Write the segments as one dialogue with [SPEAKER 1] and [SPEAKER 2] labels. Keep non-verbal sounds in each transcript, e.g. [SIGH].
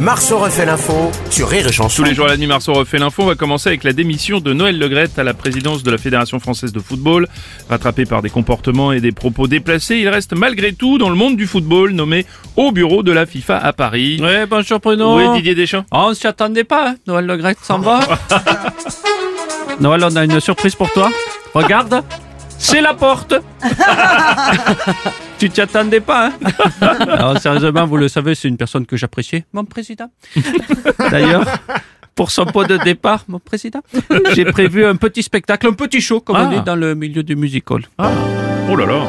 [SPEAKER 1] Marceau refait l'info sur Rire et Chanson.
[SPEAKER 2] Tous les jours à la nuit, Marceau refait l'info. On va commencer avec la démission de Noël Legrette à la présidence de la Fédération française de football. Rattrapé par des comportements et des propos déplacés, il reste malgré tout dans le monde du football, nommé au bureau de la FIFA à Paris.
[SPEAKER 3] Ouais, bonjour Bruno.
[SPEAKER 2] Oui, Didier Deschamps.
[SPEAKER 3] Oh, on s'y attendait pas, hein. Noël Le Grec
[SPEAKER 2] [LAUGHS]
[SPEAKER 3] s'en va. Noël, on a une surprise pour toi. Regarde, c'est
[SPEAKER 2] [LAUGHS]
[SPEAKER 3] la porte. tu t'y attendais pas, hein Alors, sérieusement, vous le savez, c'est une personne que j'appréciais,
[SPEAKER 2] [LAUGHS]
[SPEAKER 3] mon président. D'ailleurs, pour son pot de départ, mon président, j'ai prévu un petit spectacle, un petit show, comme on
[SPEAKER 2] Ah.
[SPEAKER 3] dit dans le milieu du music hall.
[SPEAKER 2] Oh là là.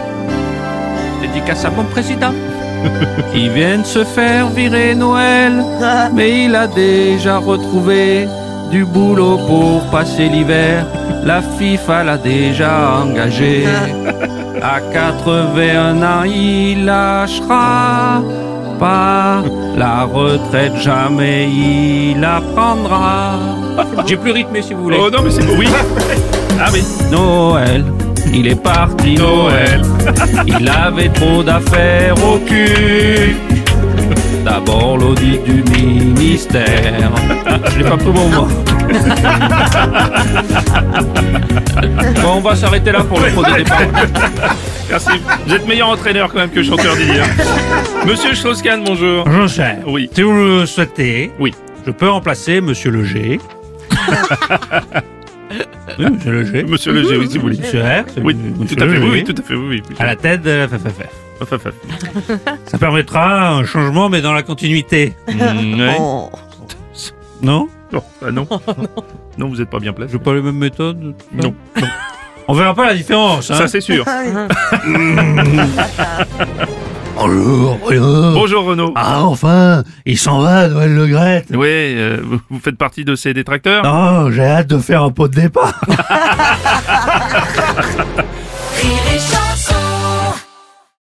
[SPEAKER 3] Dédicace à mon président. [LAUGHS] Il vient de se faire virer Noël, mais il a déjà retrouvé du boulot pour passer l'hiver. La FIFA l'a déjà engagé. À 81 ans, il lâchera pas la retraite, jamais il la prendra. J'ai plus rythmé si vous voulez.
[SPEAKER 2] Oh non, mais c'est beau.
[SPEAKER 4] [LAUGHS]
[SPEAKER 2] Oui. Ah oui.
[SPEAKER 3] Noël, il est parti Noël. Il avait trop d'affaires au cul. D'abord l'audit du ministère. Je l'ai pas pris bon moi. Bon, on va s'arrêter là pour le pot de départ.
[SPEAKER 2] Merci. Vous êtes meilleur entraîneur quand même que chanteur Didier. hein. Monsieur Schloskan, bonjour.
[SPEAKER 4] Mon cher,
[SPEAKER 2] Oui.
[SPEAKER 4] si vous le souhaitez,
[SPEAKER 2] Oui.
[SPEAKER 4] je peux remplacer Monsieur
[SPEAKER 3] [LAUGHS]
[SPEAKER 4] Leger. oui, Monsieur Leger.
[SPEAKER 2] Monsieur Leger, oui, si vous voulez.
[SPEAKER 4] Monsieur R. c'est
[SPEAKER 2] Oui,
[SPEAKER 4] Monsieur
[SPEAKER 2] tout à fait,
[SPEAKER 4] Leger,
[SPEAKER 2] oui, oui, tout à fait, oui, oui.
[SPEAKER 4] À la tête de la FFF. [LAUGHS]
[SPEAKER 2] Enfin, enfin.
[SPEAKER 4] Ça permettra un changement, mais dans la continuité.
[SPEAKER 2] Mm, ouais.
[SPEAKER 4] Oh. Non
[SPEAKER 2] Non, ah
[SPEAKER 4] [LAUGHS]
[SPEAKER 2] non. Non, vous n'êtes pas bien placé.
[SPEAKER 4] Je pas les mêmes méthodes tout ça
[SPEAKER 2] Non.
[SPEAKER 4] On verra pas la différence, hein
[SPEAKER 2] Ça, c'est [LAUGHS] sûr.
[SPEAKER 4] Bonjour, bonjour.
[SPEAKER 2] Bonjour Renaud.
[SPEAKER 4] Ah, enfin, il s'en va, Noël Le Grette.
[SPEAKER 2] Oui, euh, vous, vous faites partie Ah.
[SPEAKER 4] Oh,
[SPEAKER 2] de ces détracteurs
[SPEAKER 4] Non, j'ai hâte de faire un pot de départ.